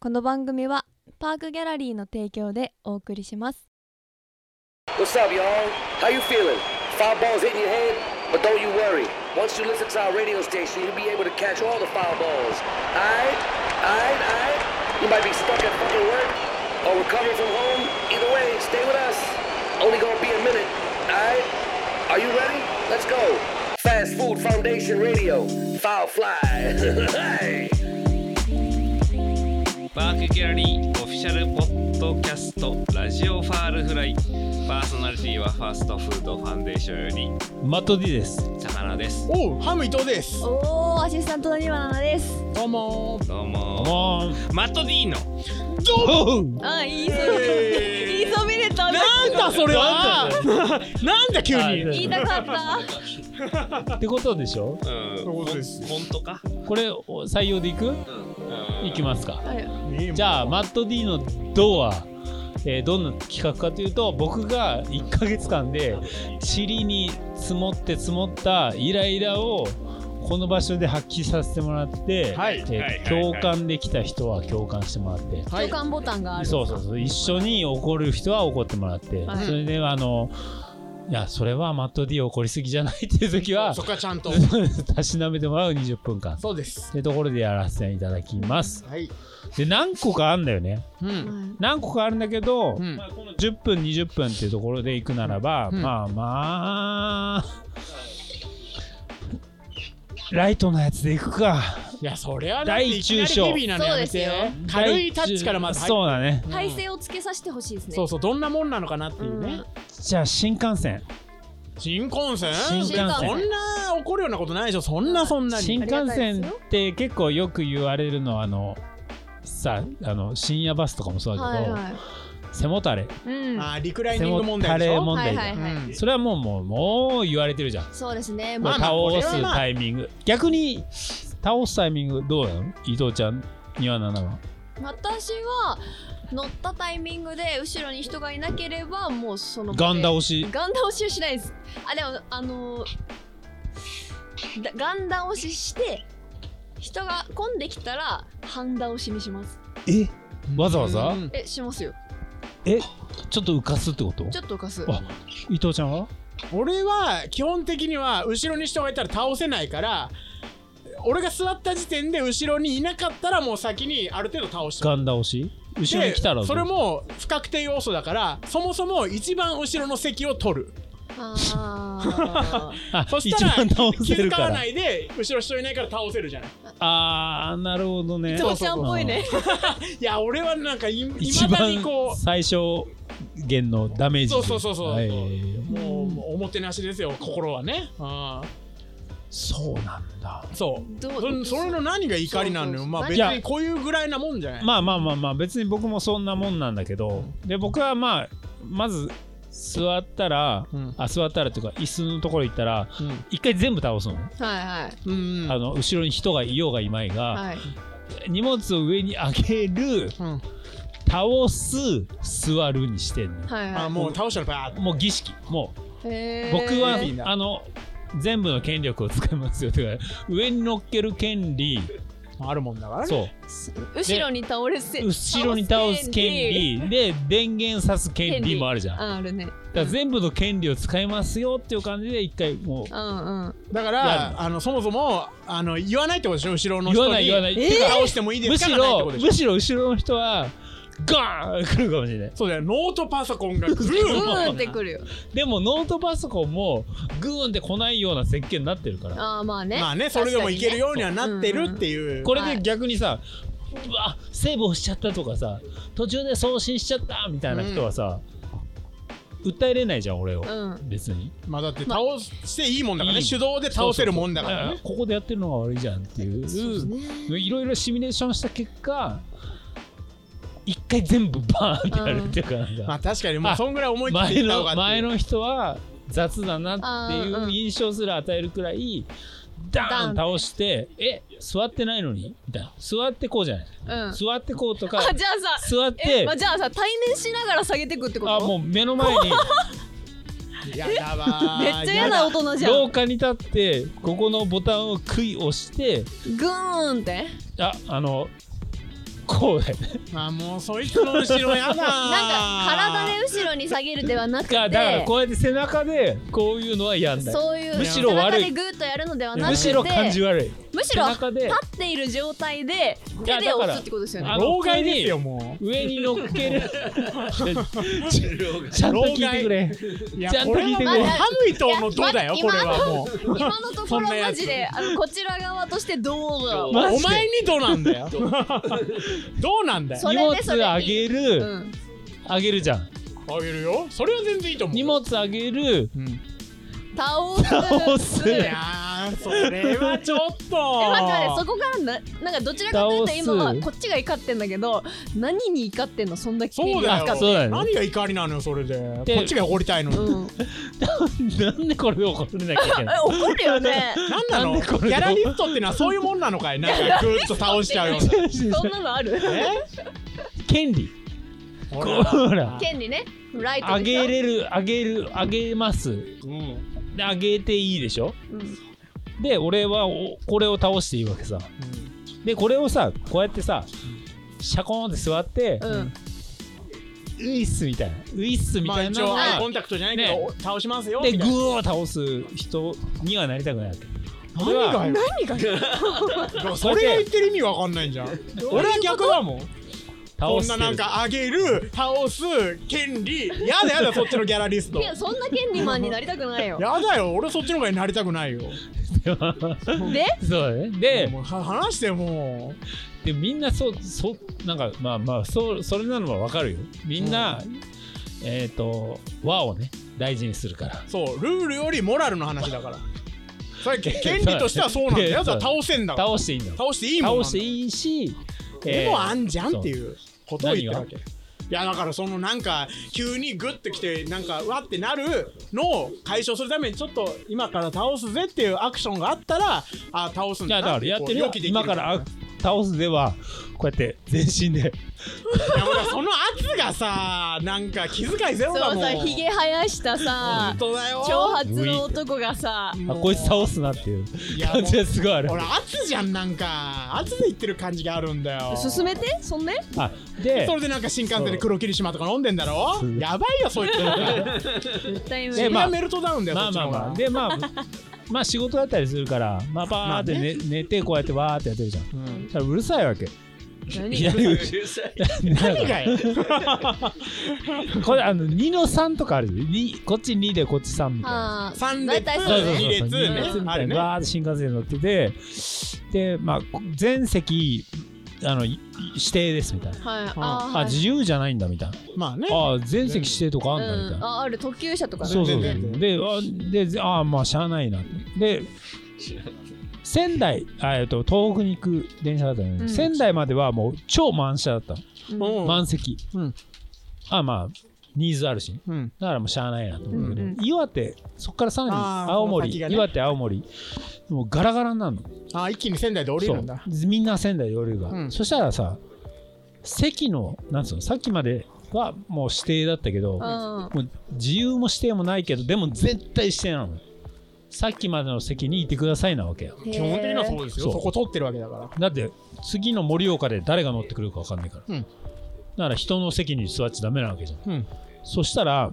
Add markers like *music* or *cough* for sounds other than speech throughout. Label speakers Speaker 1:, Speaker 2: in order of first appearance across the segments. Speaker 1: この番組はパークギャラリーの提供でお送りします。
Speaker 2: What's up, y'all? How you feeling? Foul balls hitting your head? But don't you worry. Once you listen to our radio station, you'll be able to catch all the foul balls. Aight? Aight? Aight? You might be stuck at fucking work or recovering from home. Either way, stay with us. Only gonna be a minute. Aight? Are you ready? Let's go. Fast Food Foundation Radio. Foul fly. *laughs* hey.
Speaker 3: パークギャラリーオフィシャルポッドキャストラジオファールフライパーソナリティはファーストフードファンデーションより
Speaker 4: マット D です。
Speaker 3: 魚です
Speaker 5: おうハム伊藤です
Speaker 1: おお、アシスタントのニワナナです。
Speaker 5: どうも
Speaker 3: どうも
Speaker 4: もう
Speaker 3: マット D の
Speaker 4: どう
Speaker 1: あ、いいそびれ、いいそびれ
Speaker 5: な
Speaker 1: た。
Speaker 5: んだそれは
Speaker 4: なん
Speaker 5: なんだ急に
Speaker 4: は
Speaker 5: そう
Speaker 1: 言い
Speaker 4: い
Speaker 1: たかった。
Speaker 4: ってことでしょ
Speaker 3: うん
Speaker 5: いうことです
Speaker 3: 本当か
Speaker 4: これお採用でいく
Speaker 3: うん
Speaker 4: いきますか。
Speaker 5: ね
Speaker 4: じゃあ、マット D のドうは、えーどんな企画かというと、僕が1ヶ月間で
Speaker 3: *laughs*
Speaker 4: 塵に積もって積もったイライラをこの場所で発揮させてもらって、
Speaker 5: はい
Speaker 4: え
Speaker 3: はいはい
Speaker 4: ー共感できた人は共感してもらって、
Speaker 5: は
Speaker 1: 共
Speaker 5: い
Speaker 1: 感ボタンがある。
Speaker 4: そうそうそう一緒に怒る人は怒ってもらって、
Speaker 1: はい
Speaker 4: それであのいやそれはマット D 怒りすぎじゃないっていう時は
Speaker 5: そこはちゃんと
Speaker 4: *laughs* たしなめてもらう20分間っ
Speaker 5: そうです
Speaker 4: てところでやらせていただきます
Speaker 5: はい
Speaker 4: で何個かあるんだよね
Speaker 5: うん
Speaker 4: 何個かあるんだけど、
Speaker 5: うん
Speaker 4: まあこの10分20分っていうところでいくならば、
Speaker 5: うん
Speaker 4: まあまあライトなやつでいくか
Speaker 5: いやそりゃだって
Speaker 4: 大中小
Speaker 5: いきなりヘビーなのやめて
Speaker 1: そうですよ
Speaker 5: 軽いタッチからまず入
Speaker 4: そうだね
Speaker 5: る
Speaker 1: 体勢をつけさせてほしいですね。
Speaker 5: そうそうどんなもんなのかなっていう
Speaker 1: う
Speaker 5: ね
Speaker 1: ん
Speaker 4: じゃあ新幹線
Speaker 5: 新幹線
Speaker 4: 新幹線
Speaker 5: そんな怒るようなことないでしょそんなそんな
Speaker 4: 新
Speaker 5: に
Speaker 4: 幹線って結構よく言われるのはあのさあの深夜バスとかもそうだけ
Speaker 1: は
Speaker 4: ど、
Speaker 1: いはい。
Speaker 4: 背もたれ
Speaker 1: うん。は
Speaker 5: あーリクライ
Speaker 4: 背
Speaker 5: ニング問
Speaker 4: もた
Speaker 5: 題でし
Speaker 4: れ
Speaker 5: ょ
Speaker 4: 問
Speaker 1: い
Speaker 4: 題じゃん
Speaker 1: はいは
Speaker 5: う
Speaker 1: い。
Speaker 5: ん
Speaker 4: それはもうもうもう言われてるじゃん、
Speaker 1: そうですね。
Speaker 5: まあ
Speaker 4: 倒
Speaker 5: これは
Speaker 4: す
Speaker 5: まあ
Speaker 4: タイミング逆に倒すタイミングどうなの伊藤ちゃんには7は
Speaker 1: 私は乗ったタイミングで後ろに人がいなければもうその場
Speaker 4: ガ
Speaker 1: で
Speaker 4: ン倒し
Speaker 1: ガンダ押しをしないですあでもあのーだガンダ押しして人が混んできたら半倒しにします
Speaker 4: えわざわざ
Speaker 5: うん
Speaker 1: えしますよ
Speaker 4: ちょっと浮かすってこと
Speaker 1: ちょっと浮かす
Speaker 4: あ伊藤ちゃんは
Speaker 5: 俺は基本的には後ろに人がいたら倒せないから俺が座った時点で後ろにいなかったらもう先にある程度倒して
Speaker 4: ガン倒し後ろに来たらどう
Speaker 5: でそれも不確定要素だからそもそも一番後ろの席を取る *laughs*
Speaker 1: あ
Speaker 4: あ
Speaker 5: そし
Speaker 4: 一
Speaker 5: たら
Speaker 4: 番倒せ
Speaker 5: 気づ
Speaker 4: るか
Speaker 5: からないで後ろ人いないから倒せるじゃない
Speaker 4: あーなるほどね
Speaker 1: ーおちゃんっぽいね
Speaker 5: いや俺はなんかいい
Speaker 4: 一
Speaker 5: まだ
Speaker 4: 番
Speaker 5: にこう
Speaker 4: 最小限のダメージ
Speaker 5: そうそうそうそう
Speaker 4: はい
Speaker 5: もうもうおもてなしですよ心はねあ
Speaker 4: そうなんだ
Speaker 5: ーそう
Speaker 1: ど
Speaker 5: それ
Speaker 1: う
Speaker 5: それの何が怒りなの
Speaker 1: そうそうそ
Speaker 5: よ
Speaker 1: う
Speaker 5: まあ
Speaker 1: 何
Speaker 5: 別にこういうぐらいなもんじゃない
Speaker 4: まあまあまあまあ別に僕もそんなもんなんだけどで僕はまあまず座ったら、
Speaker 5: うん
Speaker 4: あ座ったらっていうか椅子のところ行ったら
Speaker 5: うん
Speaker 4: 一回全部倒すの,、
Speaker 1: はいはい
Speaker 5: うんうん
Speaker 4: あの後ろに人がいようがいまいが、
Speaker 1: はい
Speaker 4: 荷物を上に上げる
Speaker 5: うん
Speaker 4: 倒す座るにしてんのよ
Speaker 1: はい
Speaker 5: あ
Speaker 1: は
Speaker 5: もう倒したらバーッと
Speaker 4: もう儀式もう
Speaker 1: いへー
Speaker 4: 僕は、
Speaker 5: いいな
Speaker 4: あの全部の権力を使いますよとか上に乗っける権利
Speaker 5: あるもんだからね
Speaker 4: そう
Speaker 1: 後ろに倒れせ
Speaker 4: 後ろに倒す権利で電源さす権利もあるじゃんだか
Speaker 1: ああるね
Speaker 4: ら全部の権利を使いますよっていう感じで一回もう
Speaker 1: うんうん
Speaker 5: だか
Speaker 4: やる
Speaker 5: らあのそもそもあの言わないってことでしょ後ろの
Speaker 4: 言
Speaker 5: 人に
Speaker 4: わない言わない
Speaker 5: 手倒してもいいで
Speaker 4: む
Speaker 5: す
Speaker 4: し
Speaker 5: かがないって
Speaker 4: ろ
Speaker 5: ことでしょ
Speaker 4: むしろ後ろの人はガーン来るかもしれない
Speaker 5: そうだよノートパソコンがグ
Speaker 1: うー
Speaker 5: ー
Speaker 1: ん
Speaker 5: ン
Speaker 1: ってくるよ
Speaker 4: でもノートパソコンもグーンって来ないような設計になってるから
Speaker 1: ああまあね
Speaker 5: まあねそれでもいける
Speaker 1: よ
Speaker 5: ようにはなってるっていう
Speaker 4: これで逆にさうわセーブをしちゃったとかさ途中で送信しちゃったみたいな人はさ訴えれないじゃん俺を
Speaker 1: うん
Speaker 4: 別に
Speaker 5: まあだって倒していいもんだから
Speaker 4: い
Speaker 5: ね
Speaker 4: い
Speaker 5: 手動で倒せるもんだからね
Speaker 4: ここでやってるのが悪いじゃんっていういろいろシミュレーションした結果一回全部バーンってやるっていうかなん
Speaker 5: まあ
Speaker 4: か
Speaker 5: 確かにも
Speaker 4: あ
Speaker 5: うそんぐらい思い切って
Speaker 4: 前
Speaker 5: いった方が
Speaker 4: の
Speaker 5: ってい
Speaker 4: 前
Speaker 5: う
Speaker 4: の人は雑だなってい
Speaker 1: あーう
Speaker 4: うん印象すら与えるくらいダーン
Speaker 1: ダ
Speaker 4: 倒してえ座ってないのにみたいな座ってこうじゃない
Speaker 1: うん
Speaker 4: 座ってこうとか
Speaker 1: あじゃあさ
Speaker 4: 座っ
Speaker 1: え、
Speaker 4: て
Speaker 1: まあ、じゃあさ対面しながら下げてくってこと
Speaker 4: あもう目の前
Speaker 5: *laughs*
Speaker 4: に
Speaker 5: やだわー
Speaker 1: めっちゃ嫌な大人じゃん
Speaker 4: 廊下に立ってここのボタンを杭押して
Speaker 1: グーンって
Speaker 4: ああのこうだよね
Speaker 5: あもうそいつの後ろやだ
Speaker 1: なんか体で後ろに下げるではなくて
Speaker 4: だからこうやって背中でこういうのはやんない
Speaker 1: そういう
Speaker 4: むしろ悪い
Speaker 1: 背中でグーッとやるのではなくて
Speaker 4: むしろ感じ悪い
Speaker 1: むしろ
Speaker 4: 背
Speaker 1: 立
Speaker 4: 中で
Speaker 1: っている状態で
Speaker 4: いや
Speaker 1: 手で
Speaker 4: だから
Speaker 1: 押すってことですよね
Speaker 4: あの
Speaker 5: 老害ですよも
Speaker 4: 上に乗っける *laughs* ちちゃんと聞いてくれ
Speaker 5: ういや
Speaker 4: ちゃんと
Speaker 5: これ
Speaker 4: 聞いて
Speaker 1: く
Speaker 5: は
Speaker 1: れ
Speaker 5: もうハムイとのどうだよ
Speaker 1: いや
Speaker 5: これはもう
Speaker 1: 今のとこ
Speaker 5: そん
Speaker 1: ろ
Speaker 5: なやつ
Speaker 1: マジであのこちら側としてどう
Speaker 3: どう
Speaker 1: が
Speaker 4: マジで
Speaker 5: *laughs* お前にどうなんだ
Speaker 4: *laughs*
Speaker 5: よどうなんだよ
Speaker 1: そ
Speaker 4: 荷
Speaker 1: れ
Speaker 4: 物
Speaker 1: でそれ
Speaker 4: あげる、
Speaker 1: うん
Speaker 4: あげるじゃん
Speaker 5: あげるよそれは全然いいと思う
Speaker 4: 荷物あげる
Speaker 5: うんい
Speaker 1: 倒
Speaker 4: 倒
Speaker 1: す
Speaker 4: す
Speaker 1: え
Speaker 5: やーそれはちょっと
Speaker 1: 待って待ってそこからななんかどちらかというと
Speaker 4: 倒す
Speaker 1: 今はこっちが怒ってんだけど何に怒ってんのそんだけ
Speaker 5: そうだ
Speaker 4: あ
Speaker 5: よ
Speaker 4: そうだよね
Speaker 5: 何が怒りなのよそれで
Speaker 4: で
Speaker 5: こっちが怒りたいのに
Speaker 1: うん、
Speaker 4: なんでこれで怒られなきゃいけ
Speaker 1: え
Speaker 4: ない
Speaker 1: 怒るよね
Speaker 5: なんなの
Speaker 4: なんでこれ
Speaker 5: ギャラリフトってのはそういうもんなのかいなんかグーッと倒しちゃうような
Speaker 4: *laughs*
Speaker 1: そんなのある
Speaker 4: 権利
Speaker 5: ほ
Speaker 4: ほら
Speaker 1: 権利ねライトでしょ
Speaker 4: あげれるあげるあげます
Speaker 5: うん
Speaker 4: であげていいでしょ
Speaker 1: うん
Speaker 4: で俺はおこれを倒していいわけさでこれをさこうやってさシャコーンって座って、
Speaker 1: うん
Speaker 4: ウイッスみたいなウイッスみ
Speaker 5: ま
Speaker 4: た
Speaker 5: あ
Speaker 4: い
Speaker 5: 一
Speaker 4: なの
Speaker 5: 応アイ
Speaker 4: は
Speaker 5: コンタクトじゃないけど、
Speaker 4: ね
Speaker 5: お倒しますよ
Speaker 4: でグーを倒す人にはなりたくないわけ
Speaker 5: 何がよ
Speaker 1: 何
Speaker 4: *laughs*
Speaker 1: が
Speaker 5: それが言ってる意味わかんないんじゃん俺は逆だもん
Speaker 4: 倒
Speaker 5: こ
Speaker 4: す
Speaker 5: んななんかあげる倒す権利やだやだそっちのギャラリスト
Speaker 1: いや
Speaker 5: や
Speaker 1: そんな権利マンになりたくないよ
Speaker 5: だよ俺そっちの方がなりたくないよ
Speaker 1: で
Speaker 4: そうだねで
Speaker 5: もうは話しても
Speaker 4: でみんなそうそうなんかまあまあそうそれなのはわかるよみんな、えっ、と和をね大事にするから
Speaker 5: うそうルールよりモラルの話だから
Speaker 4: *laughs*
Speaker 5: それ権利としてはそうなんだよ
Speaker 4: いや
Speaker 5: やつは倒せんだから
Speaker 4: 倒していいんだ
Speaker 5: 倒していいもんな
Speaker 4: 倒
Speaker 5: んだ
Speaker 4: していいし、
Speaker 5: でもあんじゃん
Speaker 4: そ
Speaker 5: っ
Speaker 4: う
Speaker 5: ていうことを言ってるわけいやだからそのなんか急にグッてきてなんかうわってなるのを解消するためにちょっと今から倒すぜっていうアクションがあったらあ倒すん
Speaker 4: いや
Speaker 5: だ
Speaker 4: だからやってるよ今からあ
Speaker 5: い
Speaker 4: 倒すではこうやって全身で
Speaker 5: やほらその圧がさなんか気遣いゼロ
Speaker 1: そ
Speaker 5: だも
Speaker 1: うんさひげ生やしたさ
Speaker 5: 本当だよ
Speaker 1: 長髪の男がさ
Speaker 4: あ
Speaker 5: もう
Speaker 4: こいつ倒すなっていう
Speaker 5: いやもう
Speaker 4: 感じがすごいある
Speaker 5: *laughs* 俺圧じゃんなんか圧で言ってる感じがあるんだよ
Speaker 1: 進めてそんで
Speaker 4: あで
Speaker 5: それでなんか新幹線で黒霧島とか飲んでんだろ
Speaker 4: そう
Speaker 5: やばいよそ
Speaker 4: *laughs*
Speaker 5: いつ
Speaker 1: 絶対無
Speaker 5: そ
Speaker 1: 理
Speaker 5: れがメルトダウンだよ
Speaker 4: ま
Speaker 5: そ
Speaker 4: あ
Speaker 5: っち
Speaker 4: まあ
Speaker 5: の方が
Speaker 4: まあでまあ
Speaker 5: *laughs*
Speaker 4: まあ仕事だったりするからまあバーって寝,、寝てこうやってわーってやってるじゃん
Speaker 5: うん
Speaker 4: そしたらうるさいわけ
Speaker 1: 何
Speaker 4: 左腕
Speaker 5: 何がよ
Speaker 4: これあの2の3とかあるにこっち2でこっち3みたいな
Speaker 1: あ
Speaker 5: 三
Speaker 1: 大
Speaker 5: 列
Speaker 1: 体
Speaker 4: そう
Speaker 1: そう
Speaker 4: そうそう
Speaker 1: だね
Speaker 5: 二
Speaker 4: そ
Speaker 5: 列
Speaker 4: う
Speaker 5: ね
Speaker 4: 二列み
Speaker 5: あ
Speaker 4: た
Speaker 5: る
Speaker 4: い
Speaker 5: ね
Speaker 4: なわーって新幹線に乗っててでまあこ全席あのい指定ですみたいな
Speaker 1: はいあー
Speaker 4: あ
Speaker 1: はい
Speaker 4: 自由じゃないんだみたいな
Speaker 5: まあね
Speaker 4: ああ全席指定とかあんだみた
Speaker 1: う
Speaker 4: い
Speaker 1: ん
Speaker 4: な
Speaker 1: あある特急車とかね
Speaker 4: そうそうそ
Speaker 5: 全
Speaker 4: う。で、あ、で、ぜあ、まあ、しゃあないな。で、仙台、あえっと、東北に行く電車だったのに、
Speaker 1: うん
Speaker 4: 仙台まではもう超満車だったの。
Speaker 5: うん
Speaker 4: 満席。
Speaker 5: うん
Speaker 4: あ、まあ、ニーズあるし、ね、
Speaker 5: うん
Speaker 4: だからもうしゃあないなと思うけど、
Speaker 1: うん
Speaker 4: 岩手、そこからさらに
Speaker 5: あー
Speaker 4: 青
Speaker 5: その先
Speaker 4: 森、
Speaker 5: がね
Speaker 4: 岩手、青森、もうガラガラになるの。
Speaker 5: あー一気に仙台で降り
Speaker 4: そ
Speaker 5: るん
Speaker 4: う
Speaker 5: だ。
Speaker 4: みんな仙台で降りるが、
Speaker 5: うん
Speaker 4: そしたらさ、席の、なんつうの、さっきまではもう指定だったけど、
Speaker 1: うん
Speaker 4: もう自由も指定もないけどでも絶対指定なのさっきまでの席にいてくださいなわけよ
Speaker 5: 基本的にはそうですよ
Speaker 4: そう
Speaker 5: そこ取ってるわけだから
Speaker 4: だって次の盛岡で誰が乗ってくるか分かんないから、
Speaker 5: うん
Speaker 4: だから人の席に座っちゃダメなわけじゃん、
Speaker 5: うん
Speaker 4: そしたら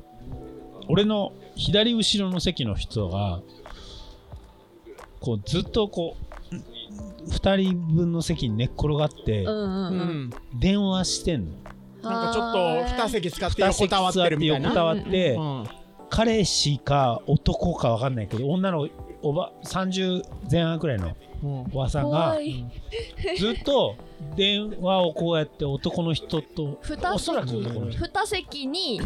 Speaker 4: 俺の左後ろの席の人がこうずっとこう2人分の席に寝っ転がって
Speaker 1: うん
Speaker 5: うん
Speaker 1: ううん
Speaker 5: ん
Speaker 4: 電話してんの、
Speaker 5: なんかちょっと2席使って
Speaker 4: 二
Speaker 5: 横
Speaker 4: 席
Speaker 5: たわっ
Speaker 4: 座
Speaker 5: てるみたい
Speaker 4: 横
Speaker 5: な
Speaker 4: たわって、
Speaker 5: うん
Speaker 4: 彼氏か男かわかんないけど女のおば30前半くらいの
Speaker 5: うん
Speaker 4: おばさんが
Speaker 1: 怖い
Speaker 4: ずっと電話をこうやって男の人とおそらく男の人
Speaker 1: 二席に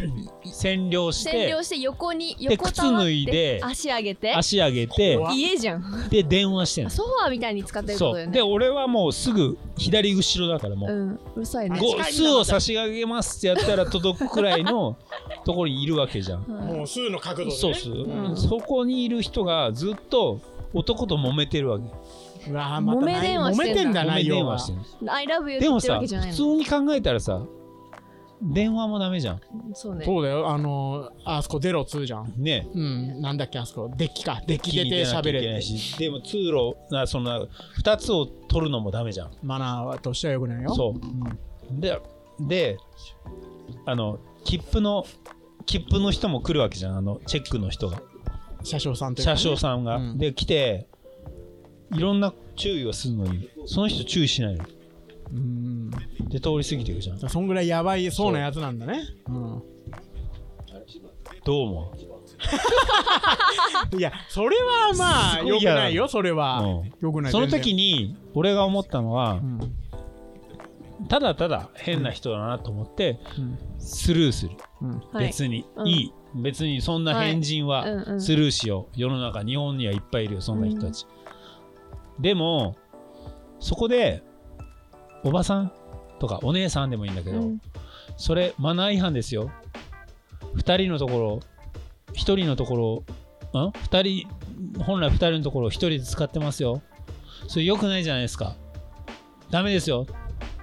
Speaker 4: 占領し
Speaker 1: 占
Speaker 4: て
Speaker 1: 領して横に
Speaker 4: で
Speaker 1: 横たわっ
Speaker 4: 靴脱い
Speaker 1: て
Speaker 4: で
Speaker 1: 足上げて
Speaker 4: 足上げて
Speaker 5: 怖
Speaker 1: 家じゃん
Speaker 4: で電話してるんです
Speaker 1: ソファーみたいに使ってるってこと
Speaker 4: そ
Speaker 1: だよ
Speaker 4: う
Speaker 1: ね
Speaker 4: で俺はもうすぐ左後ろだからも
Speaker 1: う
Speaker 4: うん
Speaker 1: うるさいね
Speaker 4: こう数を差し上げますってやったら届くくらい
Speaker 1: *laughs*
Speaker 4: のところにいるわけじゃん。
Speaker 1: うん
Speaker 5: もう数の角度でね
Speaker 4: そうそう
Speaker 1: うん
Speaker 4: そこにいる人がずっと男と揉めてるわけ。
Speaker 5: うわーまた
Speaker 1: 揉め電話
Speaker 5: 揉めてんだ
Speaker 4: 揉
Speaker 5: な
Speaker 4: め
Speaker 5: よ
Speaker 4: 電話してる。
Speaker 1: 「I love you」
Speaker 4: で
Speaker 1: って言
Speaker 4: も
Speaker 1: ってる
Speaker 4: さ
Speaker 1: わけじゃない
Speaker 4: 普
Speaker 1: の
Speaker 4: 通に考えたらさ電話もダメじゃん
Speaker 1: そうね
Speaker 5: そうだよあのあそこゼロツーじゃん
Speaker 4: ね
Speaker 5: うんなんだっけあそこデッキかデッキ出て
Speaker 4: 聞いなきゃ
Speaker 5: 喋
Speaker 4: い
Speaker 5: れ
Speaker 4: けな
Speaker 5: る
Speaker 4: いしでも通路なそんな2つを取るのもダメじゃん
Speaker 5: マナーとしてはよくないよ
Speaker 4: そう
Speaker 5: う
Speaker 4: でであの切符の切符の人も来るわけじゃんあのチェックの人が
Speaker 5: ん車掌さんというか
Speaker 4: 車掌さんが、
Speaker 5: うん
Speaker 4: で来ていろんな注意をするのにその人注意しないの
Speaker 5: うんだか
Speaker 4: で通り過ぎていくじゃん
Speaker 5: らそんぐらいやばいそうなやつなんだねうん
Speaker 4: どう思
Speaker 5: いやそれはまあ
Speaker 4: すご
Speaker 5: よ
Speaker 4: い
Speaker 5: く
Speaker 4: 嫌だ
Speaker 5: ないよそれは
Speaker 4: うん
Speaker 5: よく
Speaker 4: う
Speaker 5: ない
Speaker 4: その
Speaker 5: 全然
Speaker 4: 時に俺が思ったのは
Speaker 5: うん
Speaker 4: ただただ変な人だなと思って
Speaker 5: うん
Speaker 4: スルーする
Speaker 5: うん
Speaker 1: はい
Speaker 4: 別に
Speaker 1: うん
Speaker 4: いい別にそんな変人は
Speaker 1: はいうんうん
Speaker 4: スルーしよう世の中日本にはいっぱいいるよそんな人たちでもそこでおばさんとかお姉さんでもいいんだけ
Speaker 1: う
Speaker 4: ど
Speaker 1: ん
Speaker 4: それマナー違反ですよ2人のところ1人のところん2人本来2人のところを1人で使ってますよそれ良くないじゃないですかダメですよ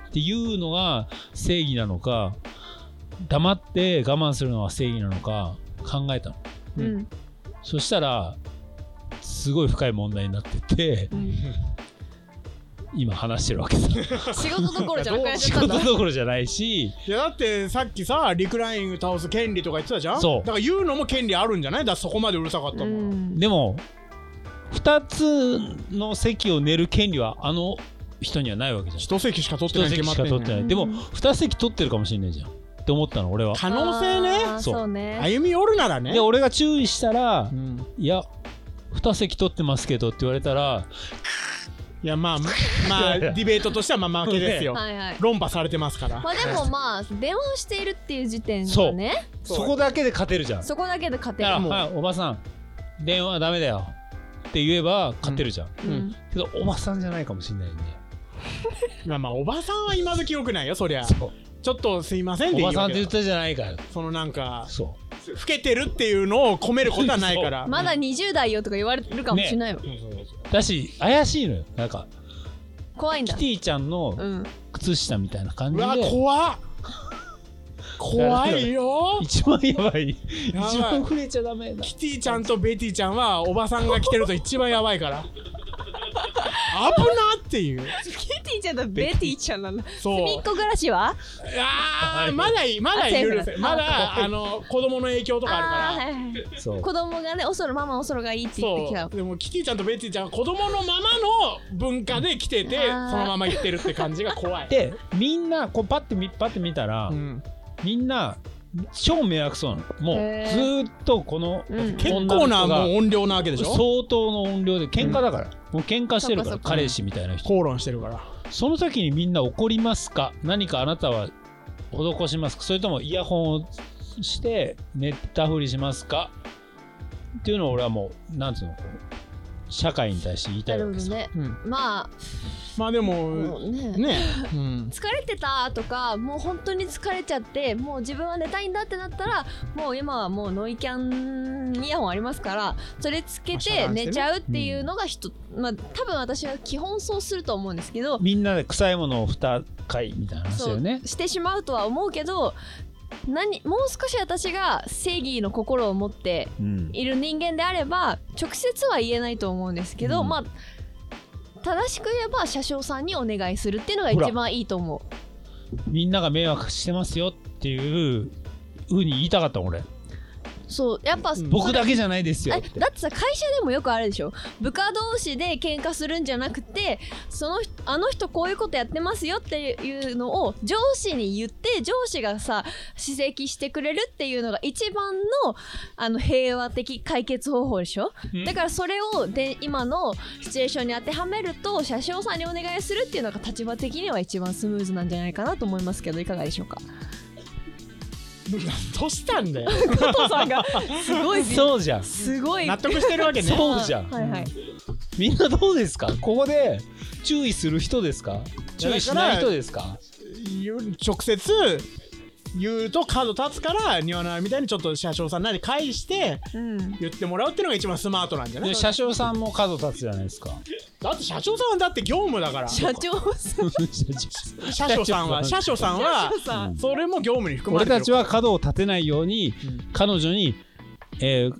Speaker 4: っていうのが正義なのか黙って我慢するのは正義なのか考えたの
Speaker 1: うん
Speaker 4: そしたらすごい深い問題になってて
Speaker 1: *laughs* うん
Speaker 4: 今話してるわけさ
Speaker 1: 仕事どころじゃなくなっち
Speaker 4: 仕
Speaker 1: ゃったんだ
Speaker 4: 事どころじゃないし
Speaker 5: いやだってさっきさリクライニング倒す権利とか言ってたじゃん
Speaker 4: そう
Speaker 5: だから言うのも権利あるんじゃないだからそこまでうるさかったも、
Speaker 1: うんん
Speaker 4: でも2つの席を寝る権利はあの人にはないわけじゃん
Speaker 5: 一席しか取ってな
Speaker 4: 1
Speaker 5: いに
Speaker 4: 席
Speaker 5: 決ま
Speaker 4: しか
Speaker 5: ってんね
Speaker 4: 取
Speaker 5: ん
Speaker 4: ってない、
Speaker 1: うん
Speaker 4: でも2席取ってるかもしれないじゃんって思ったの俺は
Speaker 5: 可能性
Speaker 1: あ
Speaker 5: ね
Speaker 1: ー
Speaker 4: そう
Speaker 1: そうね
Speaker 5: 歩み寄るならね
Speaker 4: で俺が注意したら
Speaker 5: うん
Speaker 4: 「いや2席取ってますけど」って言われたら
Speaker 5: いやま
Speaker 1: *laughs*
Speaker 5: あままあディベートとしてはまあ負けですよ、
Speaker 1: はいはい
Speaker 5: 論破されてますから
Speaker 1: まあでもまあ電話しているっていう時点がね
Speaker 4: そこだけで勝てるじゃんだ
Speaker 1: そこだけで勝て
Speaker 4: から「
Speaker 1: る
Speaker 4: はいおばさん電話はダメだよ」って言えば勝てるじゃん、
Speaker 1: う
Speaker 5: うん
Speaker 1: ん
Speaker 4: けどおばさんじゃないかもしれないんで
Speaker 5: まあまあおばさんは今時よくないよそりゃ
Speaker 4: そう
Speaker 5: ちょっとすいません
Speaker 4: お
Speaker 5: でいいわ
Speaker 4: ば
Speaker 5: け
Speaker 4: さんって言っ
Speaker 5: だ
Speaker 4: たじゃないかよ
Speaker 5: そのなんか
Speaker 4: そ
Speaker 5: 老けてるっていうのを込めることはないから
Speaker 1: まだ20代よとか言われるかもしれないよ
Speaker 4: うだし怪しいのよなんか
Speaker 1: 怖いん
Speaker 4: キ
Speaker 1: だ
Speaker 4: ティちゃんの *laughs*
Speaker 1: うん
Speaker 4: 靴下みたいな感
Speaker 5: う
Speaker 4: じ
Speaker 5: わ
Speaker 4: で
Speaker 5: 怖っ怖
Speaker 4: *laughs*
Speaker 5: いよ
Speaker 4: 一番やばい一
Speaker 5: ばい
Speaker 4: 番触れちゃダメだ
Speaker 5: キティちゃんとベティちゃんはおばさんが来てると一番やばいから危なっていう
Speaker 1: キティちゃんとベティちゃんなんだ
Speaker 5: そう
Speaker 1: 隅っこ暮らしは
Speaker 5: あーまだいまだ
Speaker 1: あセーフ
Speaker 5: 許せ
Speaker 1: だ
Speaker 5: まだ
Speaker 1: あ
Speaker 5: あの子供の影響とかあるから
Speaker 1: あーはいはいはい
Speaker 4: そう
Speaker 1: 子供がねおそろママおそろがいいって言ってきた
Speaker 5: そうでもキティちゃんとベッティちゃんは子供のままの文化で来てて
Speaker 1: あー
Speaker 5: そのまま行ってるって感じが怖
Speaker 1: *laughs*
Speaker 5: い。
Speaker 4: でみんなこうパッてみパッて見たら、
Speaker 5: うん
Speaker 4: みんな超迷惑そうなのもう
Speaker 1: へー
Speaker 4: ずーっとこの
Speaker 1: うん
Speaker 5: 結構なもう
Speaker 4: う
Speaker 5: 音量なわけでしょ
Speaker 4: 相当の音量で喧嘩だから、もう喧嘩してるから
Speaker 1: そっかそっか
Speaker 4: 彼氏みたいな人
Speaker 5: 口論してるから。
Speaker 4: その時にみんな怒りますか何かあなたは施しますかそれともイヤホンをして寝たふりしますかっていうのを俺はもうなんつうのこう社会に対して言いた
Speaker 1: ないる
Speaker 4: わ
Speaker 1: ほ
Speaker 4: け
Speaker 1: ど
Speaker 4: さ、
Speaker 1: ね
Speaker 5: うん
Speaker 1: ま
Speaker 5: まあで
Speaker 1: あも
Speaker 5: も
Speaker 1: うね
Speaker 5: ね、うん、
Speaker 1: 疲れてたとかもう本当に疲れちゃってもう自分は寝たいんだってなったらもう今はもうノイキャンイヤホンありますからそれつけ
Speaker 5: まあ遮断しててね
Speaker 1: 寝ちゃうっていうのが人、まあ多分私は基本そうすると思うんですけど
Speaker 4: みんなで臭いものを2回みたいな話だよね
Speaker 1: してしまうとは思うけど何もう少し私が正義の心を持って
Speaker 4: うん
Speaker 1: いる人間であれば直接は言えないと思うんですけど、
Speaker 4: うん
Speaker 1: まあ正しく言えば車掌さんにお願いするっていうのが
Speaker 4: ほら
Speaker 1: 一番いいと思う
Speaker 4: みんなが迷惑してますよっていうふうに言いたかった俺
Speaker 1: そうやっぱ、
Speaker 5: うん
Speaker 4: 僕だけじゃないですよっ
Speaker 1: え
Speaker 4: て
Speaker 1: だってさ会社でもよくあるでしょ部下同士で喧嘩するんじゃなくてその人あの人こういうことやってますよっていうのを上司に言って上司がさ指摘してくれるっていうのが一番のあの平和的解決方法でしょ
Speaker 4: うん
Speaker 1: だからそれをで今のシチュエーションに当てはめると車掌さんにお願いするっていうのが立場的には一番スムーズなんじゃないかなと思いますけどいかがでしょ
Speaker 4: *laughs*
Speaker 1: うか
Speaker 5: どうしたんだよ。
Speaker 1: 加藤さんがすごい
Speaker 4: そうじゃん
Speaker 1: すごい
Speaker 5: 納得してるわけね。
Speaker 4: そうじゃん
Speaker 1: はいはい
Speaker 4: みんなどうですかここで注意する人ですか注意しない人ですか
Speaker 5: いう直接言うと角立つから庭のみたいにちょっと車掌さんなり返して
Speaker 1: うん
Speaker 5: 言ってもらうっていうのが一番スマートなんじゃない
Speaker 4: で車掌さんも角立つじゃないですか
Speaker 5: だって社長さんはだって業務だから
Speaker 1: 社長さん
Speaker 5: 車掌さんは車掌さんは
Speaker 1: さん
Speaker 5: それも業務に含ま
Speaker 4: 俺
Speaker 5: れてる
Speaker 4: たちは角を立てないように、
Speaker 5: ん
Speaker 4: 彼女に、えー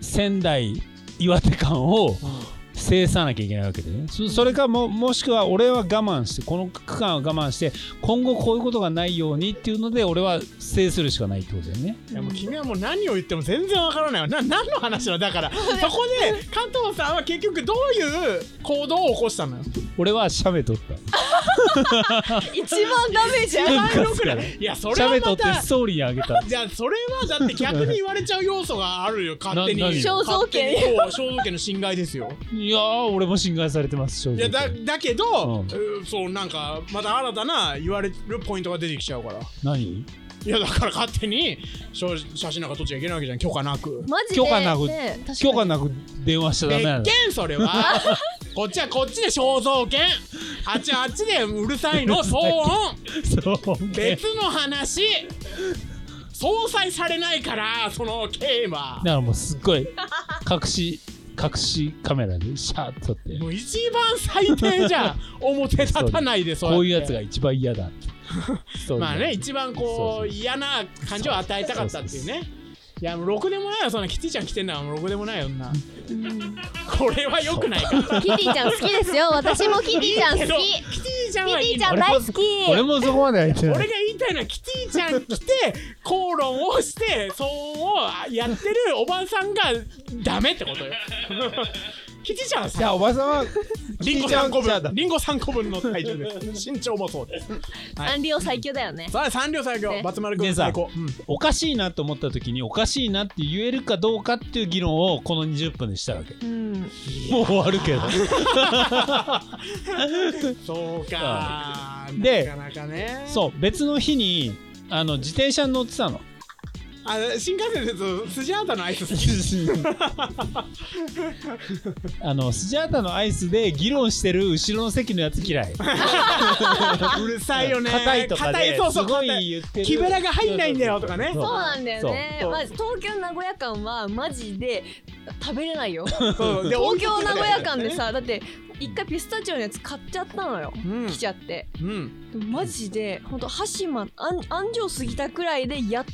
Speaker 4: 仙台岩手間を制さなきゃいけないわけでねそそれかももしくは俺は我慢してこの区間は我慢して今後こういうことがないようにっていうので俺は制するしかないってことだよね
Speaker 5: いやもう君はもう何を言っても全然わからないわな何の話なのだからそこで加藤さんは結局どういう行動を起こした *laughs* のよ
Speaker 4: 俺は写メ撮った
Speaker 1: 一番ダメじゃん
Speaker 4: 文化っす
Speaker 5: く
Speaker 4: からら
Speaker 5: いいやそれ
Speaker 4: 写
Speaker 5: は
Speaker 4: メ撮
Speaker 5: ま
Speaker 4: って
Speaker 5: た
Speaker 4: ストーリーにあげた
Speaker 5: じゃあそれはだって逆に言われちゃう要素がある
Speaker 4: *laughs*
Speaker 5: よ勝手に
Speaker 4: な何
Speaker 1: 肖像権
Speaker 5: 勝手にそう肖像権の侵害ですよ
Speaker 4: いやー俺も侵害されてます正
Speaker 5: い
Speaker 4: 直
Speaker 5: やだだけど、
Speaker 4: うん
Speaker 5: うんそうなんかまた新たな言われるポイントが出てきちゃうから
Speaker 4: 何
Speaker 5: いやだから勝手に写写真なんか撮っちゃいけないわけじゃん許可なく
Speaker 1: マジで
Speaker 4: 許可なく
Speaker 1: ね確かに
Speaker 4: 許可なく電話しちゃダ
Speaker 5: 別
Speaker 4: メなの
Speaker 5: 件それは
Speaker 4: *laughs*
Speaker 5: こっちはこっちで肖像権あっちはあっちでうるさいの騒
Speaker 4: *laughs*
Speaker 5: 音
Speaker 4: そう
Speaker 5: 別の話相殺されないからその刑は
Speaker 4: だからもうすっごい隠し隠しカメラでシャーッと撮って
Speaker 5: もう一番最低
Speaker 4: *laughs*
Speaker 5: じゃん表立たないでそ
Speaker 4: こういう
Speaker 5: やっ
Speaker 4: や
Speaker 5: て
Speaker 4: つが一番嫌
Speaker 5: *laughs*
Speaker 4: だってそう
Speaker 5: まあね一番こ
Speaker 4: そうそう
Speaker 5: 嫌な感じを与えたかったっていうねいやもうろくでもないよそんなキティちゃん来てんなもうろくでもないよそんなこれはよくないから
Speaker 1: キティちゃん好きですよ私もキティちゃん好
Speaker 5: けど
Speaker 1: き
Speaker 5: キティちゃんはいい
Speaker 1: キティ
Speaker 5: んだ
Speaker 1: ちゃん
Speaker 4: 俺も
Speaker 1: 大好き
Speaker 4: 俺もそこまで相手な
Speaker 5: *laughs* 俺
Speaker 4: い
Speaker 5: が言いたいのはキティちゃん来て
Speaker 4: *laughs*
Speaker 5: 口論をして騒音をやってるおばさんがダメってこ
Speaker 4: *laughs*
Speaker 5: とよキティちゃんはさ
Speaker 4: じゃあおばさんは
Speaker 5: リン
Speaker 4: キティ
Speaker 5: ゴ
Speaker 4: ちゃ
Speaker 5: 3
Speaker 4: ん
Speaker 5: 個
Speaker 4: じゃあだ
Speaker 5: 分リンゴ3個分の体
Speaker 4: *laughs*
Speaker 5: 重です身長もそうです
Speaker 1: アンリオ最強だよね
Speaker 5: さあ三両三両
Speaker 1: ね
Speaker 5: 松丸
Speaker 4: で
Speaker 5: 君
Speaker 4: さ
Speaker 5: 最高、うん
Speaker 4: おかしいなと思った時におかしいなって言えるかどうかっていう議論をこの20分でしたわけ
Speaker 1: うん
Speaker 4: もう終わる
Speaker 5: *laughs*
Speaker 4: けど
Speaker 5: そうか
Speaker 4: で
Speaker 5: なかなかね
Speaker 4: そう別の日にあの自転車に乗って
Speaker 5: *laughs*
Speaker 4: たの
Speaker 5: あ新幹線でと筋あんたのアイス好
Speaker 4: *laughs*
Speaker 5: き
Speaker 4: あのスジャータのアイスで議論してる後ろの席のやつ嫌いう
Speaker 5: るさいよね
Speaker 4: 硬いとか
Speaker 5: 硬い
Speaker 4: で
Speaker 5: そう
Speaker 4: す
Speaker 5: そう
Speaker 4: ご
Speaker 5: 硬い
Speaker 4: い言ってる
Speaker 5: 木べらが入んないんだよとかね
Speaker 4: そう
Speaker 1: そうなんだよね
Speaker 5: そう
Speaker 1: まず東京名古屋間はマジで食べれないよ
Speaker 5: そうで
Speaker 1: 東京名古屋間でさだって一回ピスタチオのやつ買っちゃったのよ、
Speaker 5: うん
Speaker 1: 来ちゃって
Speaker 5: うん
Speaker 1: でもマジでほんと橋ま安安城過ぎたくらいでやっ
Speaker 4: と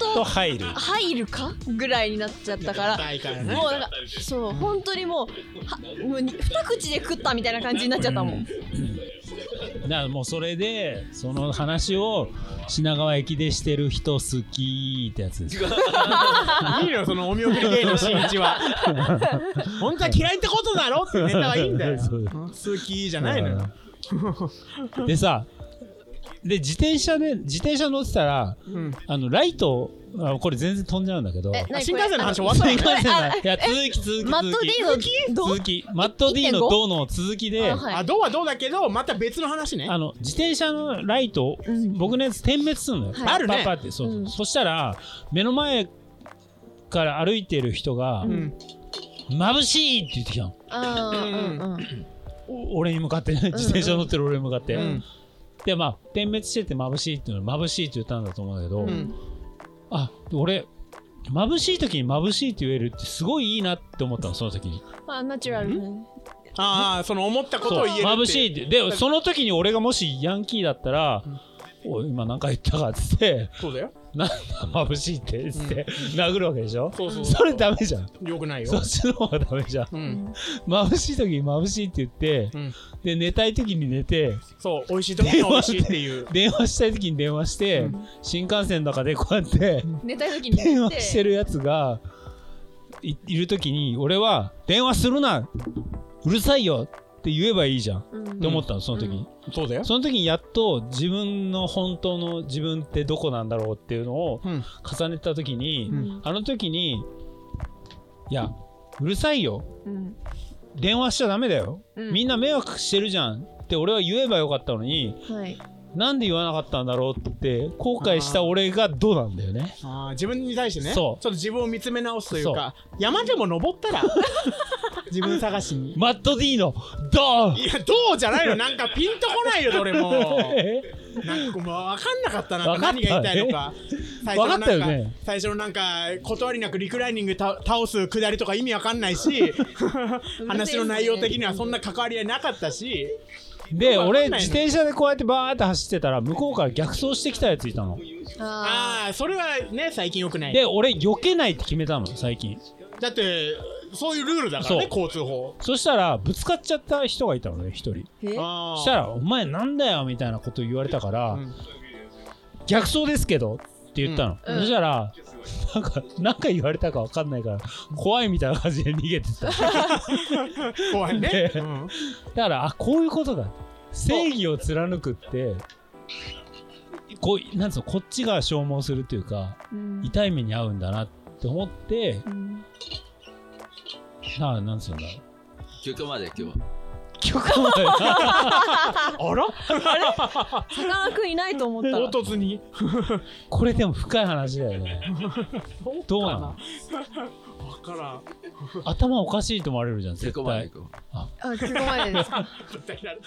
Speaker 1: と
Speaker 4: 入る
Speaker 1: 入るかぐらいになっちゃったから
Speaker 5: 硬いからね
Speaker 1: もうなんかそう本当にもうはもうに二口で食ったみたいな感じになっちゃったもん
Speaker 4: だからもうそれでその話を品川駅でしてる人好きってやつです
Speaker 5: いいのよそのお見送り芸人しんい
Speaker 4: *laughs*
Speaker 5: ちは本当は嫌いってことだろってネタはいいんだよ
Speaker 4: そう
Speaker 5: 好きじゃないのよ
Speaker 4: でさで自転車で自転車乗ってたら、
Speaker 5: ん
Speaker 4: あのライトあこれ全然飛んじゃうんだけど
Speaker 1: 何これ
Speaker 5: 新幹線の話終わった
Speaker 4: 新
Speaker 5: の
Speaker 4: 幹線だいや続き続き続き
Speaker 1: マット D のどう
Speaker 4: 続きマット D の
Speaker 1: 1.5
Speaker 4: どうの続きで
Speaker 1: あ
Speaker 4: あ,、
Speaker 1: はい
Speaker 5: あどうはどうだけどまた別の話ね
Speaker 4: の自転車のライトを、
Speaker 1: うん
Speaker 4: 僕のやつ点滅するのよ、
Speaker 1: はい
Speaker 4: パッ
Speaker 5: あるね
Speaker 4: パッパってそう、
Speaker 1: うん
Speaker 4: そしたら目の前から歩いてる人が「
Speaker 5: うん
Speaker 4: 眩しい!」って言ってきたの。
Speaker 1: あーうんうん
Speaker 4: お俺に向かってね自転車乗ってる俺に向かって、
Speaker 5: うん
Speaker 4: でまあ点滅してて眩しいっていうのは眩しいって言ったんだと思うんだけど、
Speaker 5: うん
Speaker 4: あ俺眩しい時に眩しいって言えるってすごいいいなって思ったのその時に
Speaker 1: まあナチュラルね
Speaker 5: ああその思ったことを
Speaker 4: そう
Speaker 5: 言えるって
Speaker 4: 眩しい
Speaker 5: い
Speaker 4: ってでその時に俺がもしヤンキーだったら「おい今何か言ったか」っつって
Speaker 5: そうだよ
Speaker 4: 「なんだ眩しいって」っつって、殴るわけでしょ
Speaker 5: そうそう
Speaker 4: それダメじゃん
Speaker 5: よくないよ
Speaker 4: そっちの方がダメじゃん
Speaker 5: うん
Speaker 4: 眩しい時に眩しいって言って、
Speaker 5: うん
Speaker 4: で寝たい時に寝て
Speaker 5: そう美味しいとこに美味しいっ
Speaker 4: *laughs*
Speaker 5: ていう
Speaker 4: 電話したい時に電話して、新幹線の中でこうやって
Speaker 1: 寝たい時に
Speaker 4: 電
Speaker 1: 言
Speaker 4: *laughs*
Speaker 1: っ
Speaker 4: 話してるやつがいいる時に俺は「電話するなうるさいよ!」って言えばいいじゃん、
Speaker 1: うん
Speaker 4: って思ったのその時に、
Speaker 5: そうだよ
Speaker 4: その時にやっと自分の本当の自分ってどこなんだろうっていうのを
Speaker 5: うん
Speaker 4: 重ねた時に、
Speaker 1: ん
Speaker 4: あの時に「いやうるさいよ
Speaker 1: うん
Speaker 4: 電話しちゃダメだよ、
Speaker 1: うん
Speaker 4: みんな迷惑してるじゃん」って俺は言えばよかったのに
Speaker 1: はい
Speaker 4: なんで言わなかったんだろうって後悔した俺がどうなんだよね。
Speaker 5: あー自分に対してね
Speaker 4: そう *laughs*
Speaker 5: ちょっと自分を見つめ直すというか山でも登ったら自分探しに
Speaker 4: マット D のドーン
Speaker 5: いやどうじゃないのなんかピンとこないよどれも
Speaker 4: え
Speaker 5: なんかもう分かんなかったな
Speaker 4: 分かった
Speaker 5: 何が言いたいのか最初のなん
Speaker 4: 分かったよね
Speaker 5: 最初のなんか断りなくリクライニングた倒すくだりとか意味わかんないし話の内容的にはそんな関わりはなかったし
Speaker 4: で
Speaker 5: わかんない
Speaker 4: 俺
Speaker 5: の
Speaker 4: 自転車でこうやってバーって走ってたら向こうから逆走してきたやついたの
Speaker 1: あ
Speaker 5: ああそれはね最近よくない
Speaker 4: で俺避けないって決めたの最近
Speaker 5: だってそういうルールだからね
Speaker 4: そう
Speaker 5: 交通法
Speaker 4: そしたらぶつかっちゃった人がいたのね一人
Speaker 1: ーえ
Speaker 5: あ
Speaker 4: そ
Speaker 5: ー
Speaker 4: したら「お前なんだよ」みたいなこと言われたから「
Speaker 5: うん
Speaker 4: 逆走ですけど」って言ったの、
Speaker 1: うん
Speaker 4: そしたらなんかなんか言われたかわかんないから怖いみたいな感じで逃げてっただか
Speaker 5: 怖いね
Speaker 4: で、
Speaker 5: うん
Speaker 4: らあこういうことだ正義を貫くってこうなんつうのこっちが消耗するっていうか
Speaker 1: うん
Speaker 4: 痛い目に遭うんだなって思って
Speaker 1: うん
Speaker 4: なあなんつうんだろう
Speaker 6: 休憩まで今日は
Speaker 4: 曲まで
Speaker 5: あら
Speaker 1: さかなクンいないと思った
Speaker 5: 唐
Speaker 1: ら
Speaker 5: 突に
Speaker 4: これでも深い話だよねどうなの
Speaker 5: 分から *laughs* ん
Speaker 4: 頭おかしいと思われるじゃん
Speaker 6: 休
Speaker 4: 絶
Speaker 6: 憩まで
Speaker 4: 対
Speaker 6: 行こう
Speaker 1: あ結構前ですか
Speaker 5: 絶対いらない